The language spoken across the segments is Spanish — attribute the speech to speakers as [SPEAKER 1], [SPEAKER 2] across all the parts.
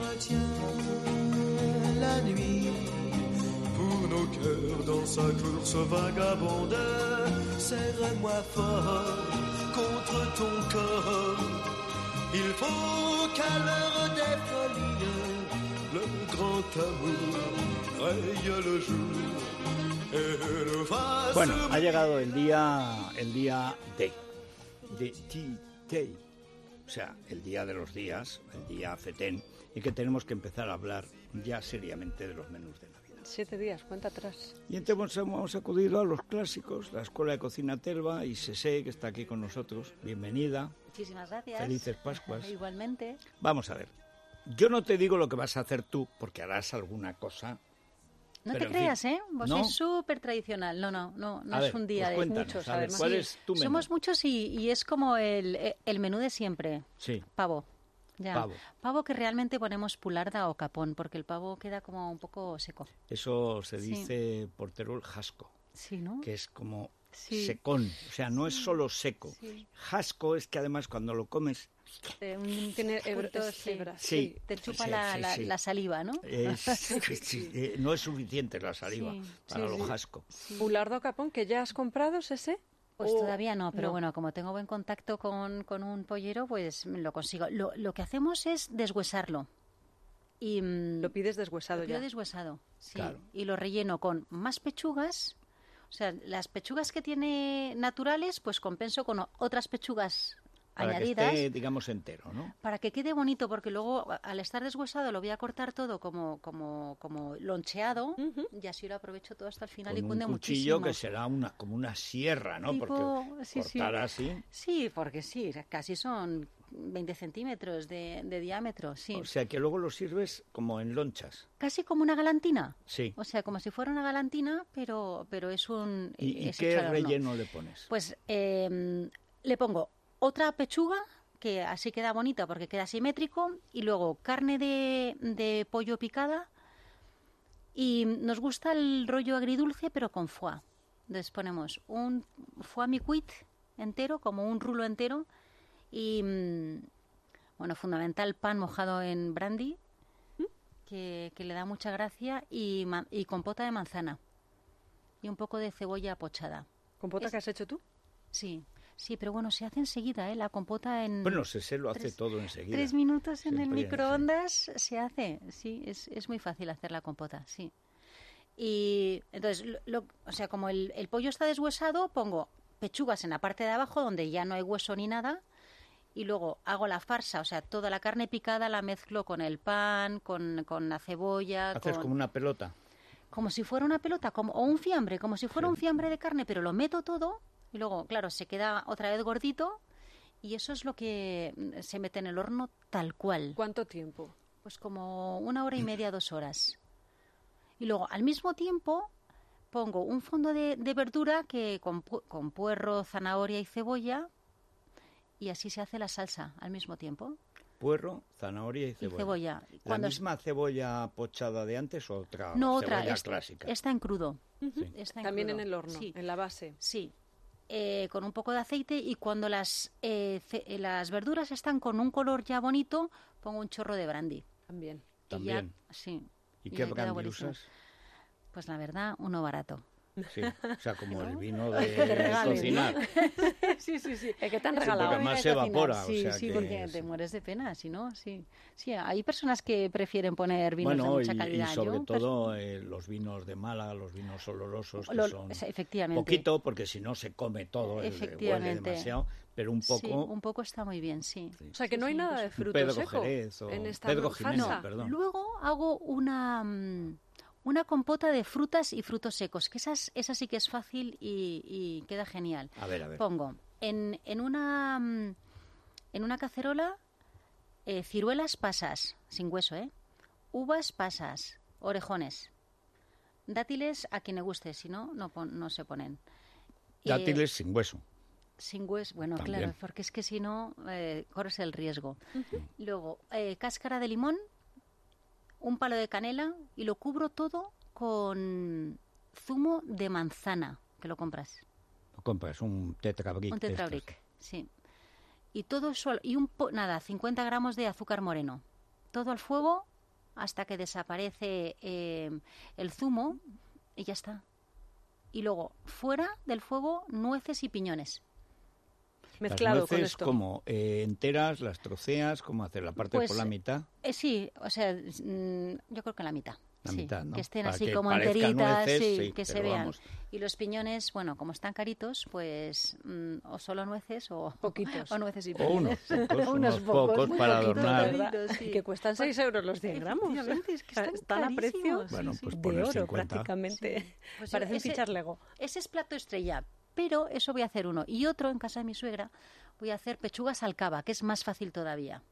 [SPEAKER 1] Retiens la nuit pour nos cœurs dans sa course vagabonde. Serre-moi fort contre ton corps. Il faut qu'à l'heure des folies, le grand amour raye le jour. et le vaste
[SPEAKER 2] Bueno, ha llegado el día, el día D, de T-Day, o sea, el día de los días, el día FETEN, y que tenemos que empezar a hablar ya seriamente de los menús de Navidad.
[SPEAKER 3] Siete días, cuenta atrás.
[SPEAKER 2] Y entonces hemos acudido a los clásicos, la Escuela de Cocina Telva y Sese, que está aquí con nosotros. Bienvenida.
[SPEAKER 4] Muchísimas gracias.
[SPEAKER 2] Felices Pascuas.
[SPEAKER 4] Igualmente.
[SPEAKER 2] Vamos a ver, yo no te digo lo que vas a hacer tú, porque harás alguna cosa.
[SPEAKER 4] No
[SPEAKER 2] Pero, en
[SPEAKER 4] te creas,
[SPEAKER 2] fin,
[SPEAKER 4] ¿eh? Vos
[SPEAKER 2] no.
[SPEAKER 4] sois súper tradicional. No, no, no, no
[SPEAKER 2] A
[SPEAKER 4] es
[SPEAKER 2] ver,
[SPEAKER 4] un día
[SPEAKER 2] pues
[SPEAKER 4] de
[SPEAKER 2] cuéntanos,
[SPEAKER 4] muchos,
[SPEAKER 2] a ver,
[SPEAKER 4] además.
[SPEAKER 2] ¿cuál es tu menú?
[SPEAKER 4] Somos muchos y, y es como el, eh, el menú de siempre.
[SPEAKER 2] Sí.
[SPEAKER 4] Pavo. Ya.
[SPEAKER 2] Pavo.
[SPEAKER 4] que realmente ponemos pularda o capón, porque el pavo queda como un poco seco.
[SPEAKER 2] Eso se
[SPEAKER 4] Sí.
[SPEAKER 2] dice portero el jasco.
[SPEAKER 4] Sí, ¿no?
[SPEAKER 2] que es como
[SPEAKER 4] Sí.
[SPEAKER 2] secón, o sea, no es solo seco.
[SPEAKER 4] Sí.
[SPEAKER 2] Jasco es que además cuando lo comes,
[SPEAKER 4] Te- un-
[SPEAKER 3] eh, Tiene hebr-
[SPEAKER 4] punto,
[SPEAKER 3] es
[SPEAKER 4] sí.
[SPEAKER 3] fibra.
[SPEAKER 2] Sí.
[SPEAKER 4] Te chupa
[SPEAKER 2] Sí,
[SPEAKER 4] la,
[SPEAKER 2] sí,
[SPEAKER 4] la-
[SPEAKER 2] sí. Eh,
[SPEAKER 4] la saliva, ¿no?
[SPEAKER 2] es- sí, eh, no es suficiente la saliva
[SPEAKER 4] Sí,
[SPEAKER 2] para
[SPEAKER 3] sí,
[SPEAKER 2] lo
[SPEAKER 3] sí.
[SPEAKER 2] jasco.
[SPEAKER 3] Bulardo Capón, que ya has comprado, ¿es ese?
[SPEAKER 4] Pues
[SPEAKER 3] ¿O
[SPEAKER 2] oh,
[SPEAKER 4] todavía no, pero bueno, como tengo buen contacto con, con un pollero, pues lo consigo. Lo, lo que hacemos es deshuesarlo. Y, mm,
[SPEAKER 3] Lo pides deshuesado
[SPEAKER 4] Lo pido
[SPEAKER 3] ya.
[SPEAKER 4] deshuesado, sí.
[SPEAKER 2] Claro.
[SPEAKER 4] Y lo relleno con más pechugas. O sea, las pechugas que tiene naturales, pues compenso con o- otras pechugas
[SPEAKER 2] Para
[SPEAKER 4] añadidas.
[SPEAKER 2] que esté, digamos, entero, ¿no?
[SPEAKER 4] Para que quede bonito, porque luego a- al estar deshuesado lo voy a cortar todo como, como, como loncheado y así lo aprovecho todo hasta el final y
[SPEAKER 2] Con
[SPEAKER 4] cunde
[SPEAKER 2] un cuchillo
[SPEAKER 4] muchísimo.
[SPEAKER 2] que será una como una sierra, ¿no?
[SPEAKER 4] Tipo,
[SPEAKER 2] Porque
[SPEAKER 4] Oh, sí, sí.
[SPEAKER 2] cortar así,
[SPEAKER 4] Sí, porque sí, casi son 20 centímetros de, de diámetro, sí.
[SPEAKER 2] o sea, que luego lo sirves como en lonchas.
[SPEAKER 4] casi como una galantina.
[SPEAKER 2] Sí.
[SPEAKER 4] O sea, como si fuera una galantina, pero, pero es un...
[SPEAKER 2] ¿Y, y
[SPEAKER 4] es
[SPEAKER 2] qué
[SPEAKER 4] hecho al horno.
[SPEAKER 2] relleno le pones?
[SPEAKER 4] Pues eh, le pongo otra pechuga, que así queda bonita porque queda simétrico, y luego carne de, de pollo picada. Y nos gusta el rollo agridulce, pero con foie. Entonces ponemos un foie micuit entero, como un rulo entero, y, mm, bueno, fundamental pan mojado en brandy, que, que le da mucha gracia, y, ma- y compota de manzana. Y un poco de cebolla pochada.
[SPEAKER 3] ¿Compota
[SPEAKER 4] Es-
[SPEAKER 3] que has hecho tú?
[SPEAKER 4] Sí, sí, pero bueno, se hace enseguida, ¿eh? La compota en
[SPEAKER 2] bueno, Sese lo hace
[SPEAKER 4] tres-
[SPEAKER 2] todo enseguida.
[SPEAKER 4] tres minutos en el
[SPEAKER 2] Siempre, sí.
[SPEAKER 4] microondas se hace. Sí, es, es muy fácil hacer la compota, sí. Y entonces, lo- lo- o sea, como el, el pollo está deshuesado, pongo pechugas en la parte de abajo donde ya no hay hueso ni nada. Y luego hago la farsa, o sea, toda la carne picada la mezclo con el pan, con, con la cebolla,
[SPEAKER 2] Haces
[SPEAKER 4] con-
[SPEAKER 2] como una pelota.
[SPEAKER 4] como si fuera una pelota como, o un fiambre, como si fuera un fiambre de carne, pero lo meto todo y luego, claro, se queda otra vez gordito y eso es lo que mm, se mete en el horno tal cual.
[SPEAKER 3] ¿Cuánto tiempo?
[SPEAKER 4] Pues como una hora y media, dos horas. Y luego, al mismo tiempo, pongo un fondo de, de verdura que con, pu- con puerro, zanahoria y cebolla y así se hace la salsa al mismo tiempo.
[SPEAKER 2] Puerro, zanahoria y
[SPEAKER 4] Y
[SPEAKER 2] cebolla.
[SPEAKER 4] cebolla.
[SPEAKER 2] ¿La
[SPEAKER 4] Cuando-
[SPEAKER 2] misma cebolla pochada de antes o otra
[SPEAKER 4] no
[SPEAKER 2] cebolla
[SPEAKER 4] otra, es-
[SPEAKER 2] clásica?
[SPEAKER 4] está en crudo.
[SPEAKER 2] Sí.
[SPEAKER 4] Está
[SPEAKER 3] También
[SPEAKER 4] crudo,
[SPEAKER 3] en el horno,
[SPEAKER 4] sí.
[SPEAKER 3] en la base.
[SPEAKER 4] Sí, eh, con un poco de aceite y cuando las, eh, ce- eh, las verduras están con un color ya bonito, pongo un chorro de brandy.
[SPEAKER 3] También.
[SPEAKER 4] Y ya-
[SPEAKER 2] También.
[SPEAKER 4] sí.
[SPEAKER 2] ¿Y
[SPEAKER 4] y
[SPEAKER 2] qué
[SPEAKER 4] ya queda
[SPEAKER 2] brandy
[SPEAKER 4] buenísimo.
[SPEAKER 2] usas?
[SPEAKER 4] Pues la verdad, uno barato.
[SPEAKER 2] Sí, o sea, como el vino
[SPEAKER 4] Que te
[SPEAKER 2] de
[SPEAKER 4] regalen,
[SPEAKER 2] cocinar.
[SPEAKER 4] sí, sí, sí. Es Eh, que tan
[SPEAKER 2] porque regalado. además se evapora, o
[SPEAKER 4] Sí,
[SPEAKER 2] sea
[SPEAKER 4] sí,
[SPEAKER 2] que-
[SPEAKER 4] porque
[SPEAKER 2] sí.
[SPEAKER 4] te mueres de pena, si no, sí. Sí, hay personas que prefieren poner vinos
[SPEAKER 2] Bueno,
[SPEAKER 4] de mucha
[SPEAKER 2] y- y,
[SPEAKER 4] calidad.
[SPEAKER 2] sobre
[SPEAKER 4] Yo, pues,
[SPEAKER 2] todo eh, los vinos de Málaga, los vinos olorosos, que
[SPEAKER 4] lo-
[SPEAKER 2] son
[SPEAKER 4] es- efectivamente.
[SPEAKER 2] poquito, porque si no se come todo, el- huele
[SPEAKER 4] Efectivamente.
[SPEAKER 2] demasiado, pero un poco...
[SPEAKER 4] Sí, un poco está muy bien, sí.
[SPEAKER 2] Sí.
[SPEAKER 3] O sea, que
[SPEAKER 4] Sí,
[SPEAKER 3] no hay
[SPEAKER 4] sí,
[SPEAKER 3] nada
[SPEAKER 4] pues-
[SPEAKER 3] de
[SPEAKER 2] un
[SPEAKER 3] fruto
[SPEAKER 2] Pedro
[SPEAKER 3] seco
[SPEAKER 2] Jerez o
[SPEAKER 3] en esta
[SPEAKER 2] Pedro
[SPEAKER 3] salsa.
[SPEAKER 2] Jiménez,
[SPEAKER 4] Ah, no.
[SPEAKER 2] perdón.
[SPEAKER 4] Luego hago una mm, una compota de frutas y frutos secos, que esas, esa sí que es fácil y, y queda genial.
[SPEAKER 2] A ver, a ver.
[SPEAKER 4] Pongo en, en una mm, en una cacerola eh, ciruelas pasas, sin hueso, ¿eh? Uvas pasas, orejones. Dátiles a quien le guste, si no, no, pon- no se ponen. Eh,
[SPEAKER 2] Dátiles sin hueso.
[SPEAKER 4] Sin hueso, bueno,
[SPEAKER 2] También.
[SPEAKER 4] claro, porque es que si no, eh, corres el riesgo. Luego, eh, cáscara de limón, un palo de canela y lo cubro todo con zumo de manzana, que lo compras.
[SPEAKER 2] Lo compras un tetrabric.
[SPEAKER 4] Un
[SPEAKER 2] de estos.
[SPEAKER 4] tetrabric, sí. Y todo eso, al- y un po- nada, 50 gramos de azúcar moreno. Todo al fuego hasta que desaparece eh, el zumo y ya está. Y luego, fuera del fuego, nueces y piñones.
[SPEAKER 3] Mezclado
[SPEAKER 2] las
[SPEAKER 3] con
[SPEAKER 2] nueces
[SPEAKER 3] esto.
[SPEAKER 2] como eh, enteras, las troceas, como hacer la parte
[SPEAKER 4] Pues,
[SPEAKER 2] por la mitad.
[SPEAKER 4] Eh, sí, o sea, es, mm, yo creo que la mitad.
[SPEAKER 2] La
[SPEAKER 4] sí,
[SPEAKER 2] mitad, ¿no?
[SPEAKER 4] Que estén
[SPEAKER 2] Para
[SPEAKER 4] así
[SPEAKER 2] que
[SPEAKER 4] como
[SPEAKER 2] parezcan
[SPEAKER 4] enteritas,
[SPEAKER 2] nueces,
[SPEAKER 4] sí,
[SPEAKER 2] sí,
[SPEAKER 4] que se
[SPEAKER 2] pero
[SPEAKER 4] vean.
[SPEAKER 2] vamos.
[SPEAKER 4] Y los piñones, bueno, como están caritos, pues mm, o solo nueces o,
[SPEAKER 3] Poquitos.
[SPEAKER 4] o nueces y
[SPEAKER 2] O unos
[SPEAKER 4] piñones.
[SPEAKER 2] pocos, unos pocos
[SPEAKER 4] muy
[SPEAKER 2] para
[SPEAKER 4] poquitos,
[SPEAKER 2] adornar.
[SPEAKER 4] la verdad.
[SPEAKER 3] Y que cuestan 6 euros los 10 gramos. ¿eh?
[SPEAKER 4] Efectivamente, es que están
[SPEAKER 3] a precio
[SPEAKER 4] carísimos.
[SPEAKER 2] Bueno,
[SPEAKER 4] sí,
[SPEAKER 2] pues
[SPEAKER 3] de
[SPEAKER 2] poner
[SPEAKER 3] oro
[SPEAKER 2] 50.
[SPEAKER 3] prácticamente.
[SPEAKER 4] Pues yo
[SPEAKER 3] Parece un
[SPEAKER 4] ese-
[SPEAKER 3] fichar Lego.
[SPEAKER 4] Ese es plato estrella, pero eso voy a hacer uno. Y otro en casa de mi suegra voy a hacer pechugas al cava, que es más fácil todavía.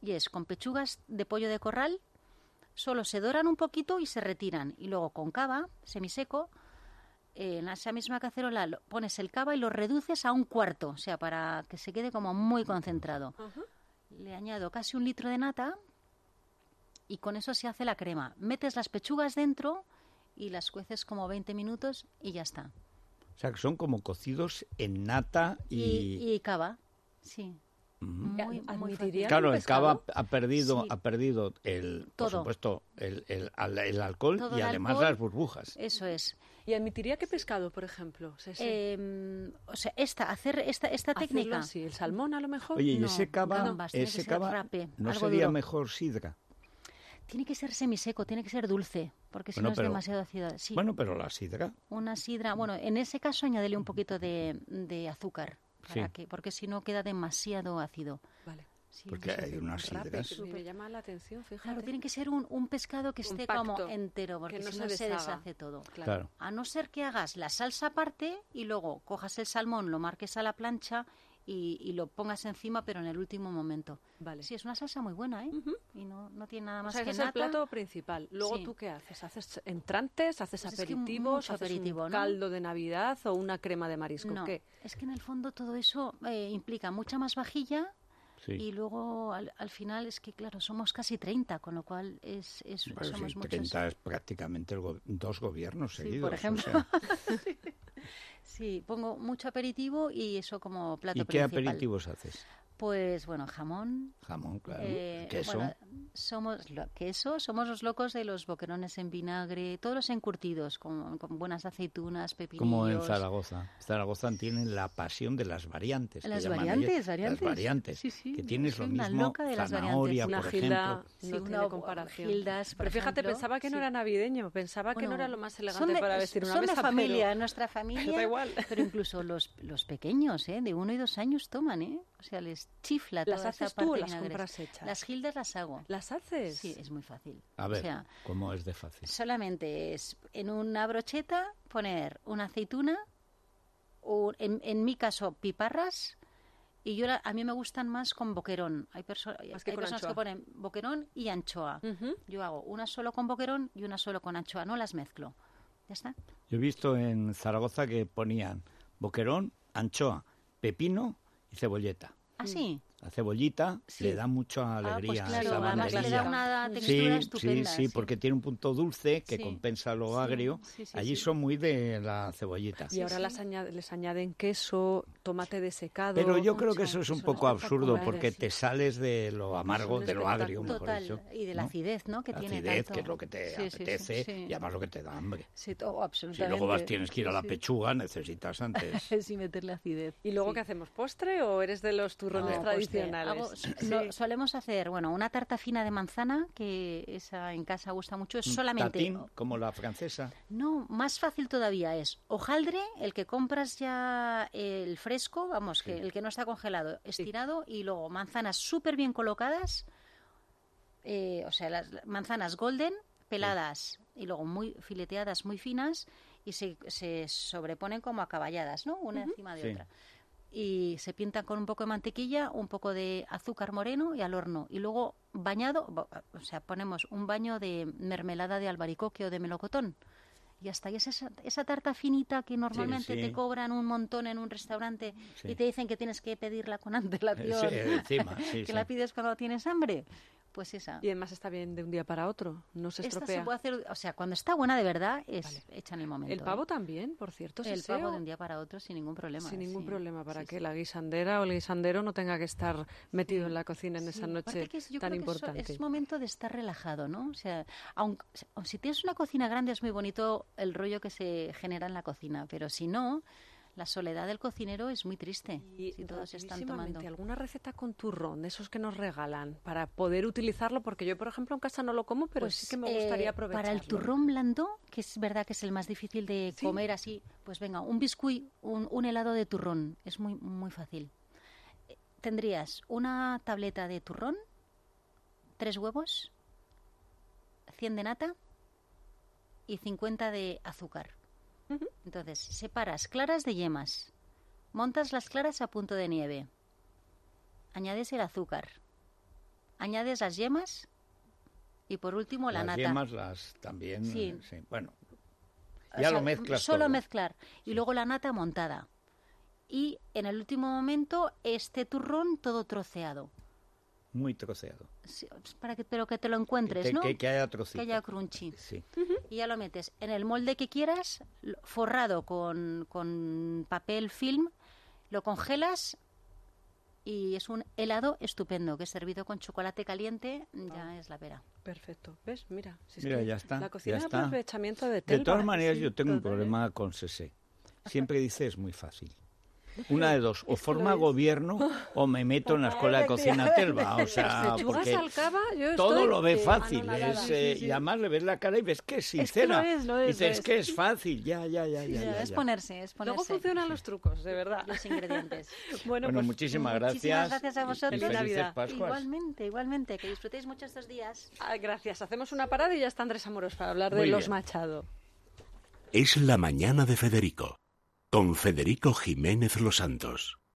[SPEAKER 4] Y es con pechugas de pollo de corral, solo se doran un poquito y se retiran. Y luego con cava, semiseco, eh, en esa misma cacerola lo- pones el cava y lo reduces a un cuarto, o sea, para que se quede como muy concentrado. Le añado casi un litro de nata y con eso se hace la crema. Metes las pechugas dentro y las cueces como 20 minutos y ya está.
[SPEAKER 2] O sea, que son como cocidos en nata y...
[SPEAKER 4] Y, y cava, sí. Muy,
[SPEAKER 3] Ad-
[SPEAKER 4] muy
[SPEAKER 3] admitiría-
[SPEAKER 4] fácil.
[SPEAKER 2] Claro,
[SPEAKER 3] ¿Un
[SPEAKER 2] el cava
[SPEAKER 3] pescado?
[SPEAKER 2] ha perdido,
[SPEAKER 4] Sí.
[SPEAKER 2] ha perdido el, por
[SPEAKER 4] Todo.
[SPEAKER 2] supuesto, el, el, al- el alcohol
[SPEAKER 4] Todo
[SPEAKER 2] y
[SPEAKER 4] el
[SPEAKER 2] además
[SPEAKER 4] alcohol. Eh,
[SPEAKER 2] las burbujas.
[SPEAKER 4] Eso es.
[SPEAKER 3] ¿Y admitiría que pescado, por ejemplo? Sese?
[SPEAKER 4] Eh, o sea, esta, hacer esta, esta
[SPEAKER 3] Hacerlo
[SPEAKER 4] técnica.
[SPEAKER 3] así, el salmón a lo mejor.
[SPEAKER 2] Oye, y
[SPEAKER 4] no,
[SPEAKER 2] ese cava,
[SPEAKER 4] gambas, tiene que
[SPEAKER 2] ese
[SPEAKER 4] ser
[SPEAKER 2] cava,
[SPEAKER 4] rape,
[SPEAKER 2] ¿no
[SPEAKER 4] algo
[SPEAKER 2] sería
[SPEAKER 4] duro.
[SPEAKER 2] mejor sidra?
[SPEAKER 4] Tiene que ser semiseco, tiene que ser dulce, porque si
[SPEAKER 2] Bueno,
[SPEAKER 4] no es
[SPEAKER 2] pero-
[SPEAKER 4] demasiado ácido. Sí,
[SPEAKER 2] Bueno, pero la sidra,
[SPEAKER 4] una sidra. Bueno, en ese caso añádele un poquito de, de azúcar, para
[SPEAKER 2] Sí.
[SPEAKER 4] que, porque si no queda demasiado ácido.
[SPEAKER 3] Vale.
[SPEAKER 4] Sí,
[SPEAKER 2] porque hay unas
[SPEAKER 3] Rape,
[SPEAKER 2] sidras...
[SPEAKER 3] que me llama la atención, fíjate.
[SPEAKER 4] Claro, tiene que ser un, un pescado que esté como
[SPEAKER 3] Compacto,
[SPEAKER 4] entero,
[SPEAKER 3] que
[SPEAKER 4] porque
[SPEAKER 3] no
[SPEAKER 4] si
[SPEAKER 3] se
[SPEAKER 4] no se
[SPEAKER 3] deshaga.
[SPEAKER 4] deshace todo.
[SPEAKER 2] Claro.
[SPEAKER 4] A no ser que hagas la salsa aparte y luego cojas el salmón, lo marques a la plancha y, y lo pongas encima, pero en el último momento.
[SPEAKER 3] Vale.
[SPEAKER 4] Sí, es una salsa muy buena, ¿eh? Y no, no tiene nada
[SPEAKER 3] O
[SPEAKER 4] más
[SPEAKER 3] sea,
[SPEAKER 4] que
[SPEAKER 3] ese es
[SPEAKER 4] nata.
[SPEAKER 3] el plato principal. Luego,
[SPEAKER 4] Sí.
[SPEAKER 3] ¿tú qué haces? ¿Haces entrantes? ¿Haces
[SPEAKER 4] Pues es que
[SPEAKER 3] aperitivos?
[SPEAKER 4] mucho
[SPEAKER 3] ¿Haces
[SPEAKER 4] aperitivo,
[SPEAKER 3] un
[SPEAKER 4] ¿no?
[SPEAKER 3] caldo de Navidad o una crema de marisco?
[SPEAKER 4] No,
[SPEAKER 3] ¿Qué?
[SPEAKER 4] es que en el fondo todo eso eh, implica mucha más vajilla
[SPEAKER 2] Sí.
[SPEAKER 4] y luego al, al final es que, claro, somos casi 30, con lo cual es, es-
[SPEAKER 2] Pues
[SPEAKER 4] somos
[SPEAKER 2] sí,
[SPEAKER 4] muchos.
[SPEAKER 2] 30 es prácticamente el go- dos gobiernos seguidos.
[SPEAKER 4] por
[SPEAKER 2] o
[SPEAKER 4] ejemplo.
[SPEAKER 2] sea.
[SPEAKER 4] Sí, pongo mucho aperitivo y eso como plato
[SPEAKER 2] ¿Y qué
[SPEAKER 4] principal.
[SPEAKER 2] aperitivos haces?
[SPEAKER 4] Pues bueno, jamón,
[SPEAKER 2] Jamón, claro.
[SPEAKER 4] Eh,
[SPEAKER 2] queso.
[SPEAKER 4] bueno, somos lo- queso, somos los locos de los boquerones en vinagre, todos los encurtidos con, con buenas aceitunas, pepinillos.
[SPEAKER 2] como en Zaragoza. Zaragoza tienen la pasión de las variantes. que
[SPEAKER 4] Las
[SPEAKER 2] llaman ellos.
[SPEAKER 4] variantes, variantes.
[SPEAKER 2] Las variantes.
[SPEAKER 4] Sí, sí,
[SPEAKER 2] Que tienes lo
[SPEAKER 4] soy una
[SPEAKER 2] mismo
[SPEAKER 4] loca de las
[SPEAKER 2] zanahoria,
[SPEAKER 4] variantes.
[SPEAKER 3] Una
[SPEAKER 2] por
[SPEAKER 3] gilda
[SPEAKER 2] ejemplo.
[SPEAKER 4] Sí,
[SPEAKER 3] no
[SPEAKER 4] una
[SPEAKER 3] tiene
[SPEAKER 4] bo-
[SPEAKER 3] comparación.
[SPEAKER 4] gildas, por
[SPEAKER 3] Pero fíjate,
[SPEAKER 4] ejemplo,
[SPEAKER 3] pensaba que no
[SPEAKER 4] sí.
[SPEAKER 3] era navideño, pensaba que no
[SPEAKER 4] Bueno,
[SPEAKER 3] era lo más
[SPEAKER 4] son
[SPEAKER 3] elegante
[SPEAKER 4] de-
[SPEAKER 3] para vestir una
[SPEAKER 4] son
[SPEAKER 3] mesa.
[SPEAKER 4] de
[SPEAKER 3] pero-
[SPEAKER 4] familia, nuestra familia.
[SPEAKER 3] Da igual.
[SPEAKER 4] Pero incluso los, los pequeños, ¿eh? de uno y dos años toman, ¿eh? O sea, les chifla
[SPEAKER 3] ¿Las
[SPEAKER 4] toda esa
[SPEAKER 3] haces tú o
[SPEAKER 4] parte de
[SPEAKER 3] las
[SPEAKER 4] vinagres.
[SPEAKER 3] compras hechas?
[SPEAKER 4] Las gildas las hago.
[SPEAKER 3] ¿Las haces?
[SPEAKER 4] Sí, es muy fácil.
[SPEAKER 2] A ver,
[SPEAKER 4] O sea,
[SPEAKER 2] cómo es de fácil.
[SPEAKER 4] Solamente es en una brocheta poner una aceituna, o en, en mi caso piparras, y yo la- a mí me gustan más con boquerón. Hay, perso- hay
[SPEAKER 3] que con
[SPEAKER 4] personas que Mm.
[SPEAKER 3] anchoa.
[SPEAKER 4] ponen boquerón y anchoa.
[SPEAKER 3] Ujú.
[SPEAKER 4] Yo hago una solo con boquerón y una solo con anchoa, no las mezclo. ¿Ya está?
[SPEAKER 2] Yo he visto en Zaragoza que ponían boquerón, anchoa, pepino y cebolleta.
[SPEAKER 4] Así.
[SPEAKER 2] La cebollita
[SPEAKER 4] Sí.
[SPEAKER 2] le da mucha
[SPEAKER 4] Ah, pues
[SPEAKER 2] alegría a
[SPEAKER 4] claro,
[SPEAKER 2] esa
[SPEAKER 4] además le da
[SPEAKER 2] banderilla.
[SPEAKER 4] una
[SPEAKER 2] Sí,
[SPEAKER 4] textura estupenda.
[SPEAKER 2] sí, sí, porque tiene un punto dulce que
[SPEAKER 4] Sí.
[SPEAKER 2] compensa lo
[SPEAKER 4] Sí,
[SPEAKER 2] agrio.
[SPEAKER 4] sí, sí,
[SPEAKER 2] Allí
[SPEAKER 4] sí.
[SPEAKER 2] son muy de la cebollita.
[SPEAKER 3] Y ahora las añade- les añaden queso, tomate desecado.
[SPEAKER 2] Pero yo creo
[SPEAKER 4] mucho,
[SPEAKER 2] que eso es un
[SPEAKER 4] eso no
[SPEAKER 2] poco
[SPEAKER 4] es
[SPEAKER 2] absurdo
[SPEAKER 3] popular,
[SPEAKER 2] porque
[SPEAKER 3] sí.
[SPEAKER 2] te sales de lo amargo,
[SPEAKER 3] un
[SPEAKER 2] de lo agrio, mejor
[SPEAKER 4] Total,
[SPEAKER 2] dicho.
[SPEAKER 4] y de la
[SPEAKER 2] ¿no?
[SPEAKER 4] acidez, ¿no? Que
[SPEAKER 2] La
[SPEAKER 4] tiene
[SPEAKER 2] acidez,
[SPEAKER 4] tanto.
[SPEAKER 2] que es lo que te
[SPEAKER 4] Sí, sí, sí,
[SPEAKER 2] apetece
[SPEAKER 4] sí.
[SPEAKER 2] y además lo que te da hambre.
[SPEAKER 4] Sí, to-
[SPEAKER 2] Si
[SPEAKER 4] absolutamente.
[SPEAKER 2] luego vas, tienes que ir a la
[SPEAKER 4] Sí,
[SPEAKER 2] pechuga, necesitas antes.
[SPEAKER 4] sí, meterle acidez.
[SPEAKER 3] ¿Y luego
[SPEAKER 4] Sí.
[SPEAKER 3] qué hacemos? ¿Postre o eres de los turrones
[SPEAKER 4] No, pues, eh,
[SPEAKER 3] tradicionales?
[SPEAKER 4] hago- so- solemos hacer, bueno, una tarta fina de manzana, que esa en casa gusta mucho, es solamente...
[SPEAKER 2] Mm, Tatín, como la francesa. eh,
[SPEAKER 4] No, más fácil todavía es hojaldre, el que compras ya el fresco, vamos, que el que no está congelado, estirado, y luego manzanas súper bien colocadas, eh, o sea, las manzanas golden, peladas y luego muy fileteadas, muy finas, y se, se sobreponen como acaballadas, ¿no? Una encima de
[SPEAKER 2] Sí.
[SPEAKER 4] otra. Y se pintan con un poco de mantequilla, un poco de azúcar moreno y al horno. Y luego bañado, bo- o sea, ponemos un baño de mermelada de albaricoque o de melocotón y hasta ahí es esa, esa tarta finita que normalmente
[SPEAKER 2] sí.
[SPEAKER 4] te cobran un montón en un restaurante
[SPEAKER 2] Sí.
[SPEAKER 4] y te dicen que tienes que pedirla con antelación,
[SPEAKER 2] Sí, eh, encima, sí,
[SPEAKER 4] que
[SPEAKER 2] sí.
[SPEAKER 4] la pides cuando tienes hambre, pues esa.
[SPEAKER 3] Y además está bien de un día para otro, no se
[SPEAKER 4] Esta
[SPEAKER 3] estropea.
[SPEAKER 4] se puede hacer, o sea, cuando está buena de verdad es
[SPEAKER 3] Vale.
[SPEAKER 4] hecha en el momento.
[SPEAKER 3] El
[SPEAKER 4] ¿eh?
[SPEAKER 3] pavo también, por cierto, se
[SPEAKER 4] el pavo
[SPEAKER 3] seo
[SPEAKER 4] de un día para otro sin ningún problema. eh,
[SPEAKER 3] sin ningún
[SPEAKER 4] sí.
[SPEAKER 3] problema para
[SPEAKER 4] Sí,
[SPEAKER 3] que
[SPEAKER 4] sí.
[SPEAKER 3] la guisandera o el guisandero no tenga que estar metido en la cocina en
[SPEAKER 4] Sí,
[SPEAKER 3] esa
[SPEAKER 4] aparte
[SPEAKER 3] noche
[SPEAKER 4] que es- yo
[SPEAKER 3] tan
[SPEAKER 4] creo que eso-
[SPEAKER 3] importante.
[SPEAKER 4] es momento de estar relajado, ¿no? O sea, aun, aun si tienes una cocina grande es muy bonito el rollo que se genera en la cocina, pero si no, la soledad del cocinero es muy triste.
[SPEAKER 3] Y
[SPEAKER 4] si todos están
[SPEAKER 3] rapidísimamente,
[SPEAKER 4] tomando.
[SPEAKER 3] alguna receta con turrón, de esos que nos regalan, para poder utilizarlo, porque yo, por ejemplo, en casa no lo como, pero
[SPEAKER 4] Pues,
[SPEAKER 3] sí que me
[SPEAKER 4] eh,
[SPEAKER 3] gustaría aprovecharlo.
[SPEAKER 4] Para el turrón blando, que es verdad que es el más difícil de
[SPEAKER 3] Sí.
[SPEAKER 4] comer así, pues venga, un biscuit, un, un helado de turrón, es muy, muy fácil. Eh, Tendrías una tableta de turrón, tres huevos, 100 de nata y 50 de azúcar. Entonces, separas claras de yemas, montas las claras a punto de nieve, añades el azúcar, añades las yemas y por último la
[SPEAKER 2] las
[SPEAKER 4] nata.
[SPEAKER 2] yemas las también.
[SPEAKER 4] Sí.
[SPEAKER 2] eh, sí, Bueno,
[SPEAKER 4] O
[SPEAKER 2] ya
[SPEAKER 4] sea,
[SPEAKER 2] lo mezclas
[SPEAKER 4] Solo
[SPEAKER 2] todo.
[SPEAKER 4] mezclar. Y luego la nata montada. Y en el último momento, este turrón todo troceado.
[SPEAKER 2] Muy troceado.
[SPEAKER 4] Sí, es para que, pero que te lo
[SPEAKER 2] Que
[SPEAKER 4] encuentres,
[SPEAKER 2] te-
[SPEAKER 4] ¿no?
[SPEAKER 2] que, que haya
[SPEAKER 4] Que
[SPEAKER 2] trocito.
[SPEAKER 4] haya crunchy.
[SPEAKER 2] Sí.
[SPEAKER 4] Y ya lo metes en el molde que quieras, lo- forrado con, con papel film, lo congelas y es un helado estupendo que es servido con chocolate caliente, ya
[SPEAKER 2] Ah.
[SPEAKER 4] es la pera.
[SPEAKER 3] Perfecto. ¿Ves? Mira, si es
[SPEAKER 2] Mira,
[SPEAKER 3] que
[SPEAKER 2] ya está.
[SPEAKER 3] La cocina
[SPEAKER 2] ya
[SPEAKER 3] de
[SPEAKER 2] está.
[SPEAKER 3] aprovechamiento de
[SPEAKER 2] De
[SPEAKER 3] Telva,
[SPEAKER 2] todas maneras,
[SPEAKER 3] sí,
[SPEAKER 2] yo tengo un
[SPEAKER 3] total, ¿eh?
[SPEAKER 2] problema con Sese. Siempre dice es muy fácil. Una de dos, o
[SPEAKER 3] Es que lo
[SPEAKER 2] forma
[SPEAKER 3] es.
[SPEAKER 2] gobierno o me meto en la escuela de cocina Telva. O sea,
[SPEAKER 3] Lechugas
[SPEAKER 2] porque
[SPEAKER 3] al cava, yo
[SPEAKER 2] todo
[SPEAKER 3] estoy,
[SPEAKER 2] lo ve
[SPEAKER 3] eh,
[SPEAKER 2] fácil.
[SPEAKER 3] anonadada.
[SPEAKER 2] es,
[SPEAKER 3] Sí,
[SPEAKER 2] eh,
[SPEAKER 3] sí, sí.
[SPEAKER 2] Y además le ves la cara y ves que es sincera.
[SPEAKER 3] es, lo es,
[SPEAKER 2] Dice,
[SPEAKER 3] lo
[SPEAKER 2] es
[SPEAKER 3] es".
[SPEAKER 2] que es fácil. Ya, ya, ya, ya. ya,
[SPEAKER 4] es
[SPEAKER 2] ya.
[SPEAKER 4] ponerse, es
[SPEAKER 3] Luego
[SPEAKER 4] ponerse
[SPEAKER 3] funcionan los trucos, de verdad.
[SPEAKER 4] los ingredientes.
[SPEAKER 3] Bueno,
[SPEAKER 2] Bueno,
[SPEAKER 3] pues,
[SPEAKER 2] muchísimas gracias.
[SPEAKER 4] Muchísimas gracias a
[SPEAKER 2] y-
[SPEAKER 4] vosotros.
[SPEAKER 2] Y felices
[SPEAKER 3] Navidad.
[SPEAKER 2] Pascuas.
[SPEAKER 4] Igualmente, igualmente. Que disfrutéis mucho estos días.
[SPEAKER 3] ah, gracias. Hacemos una parada y ya está Andrés Amoros para hablar de
[SPEAKER 2] Muy
[SPEAKER 3] los
[SPEAKER 2] bien.
[SPEAKER 3] Machado.
[SPEAKER 5] Es la mañana de Federico, con Federico Jiménez Los Santos.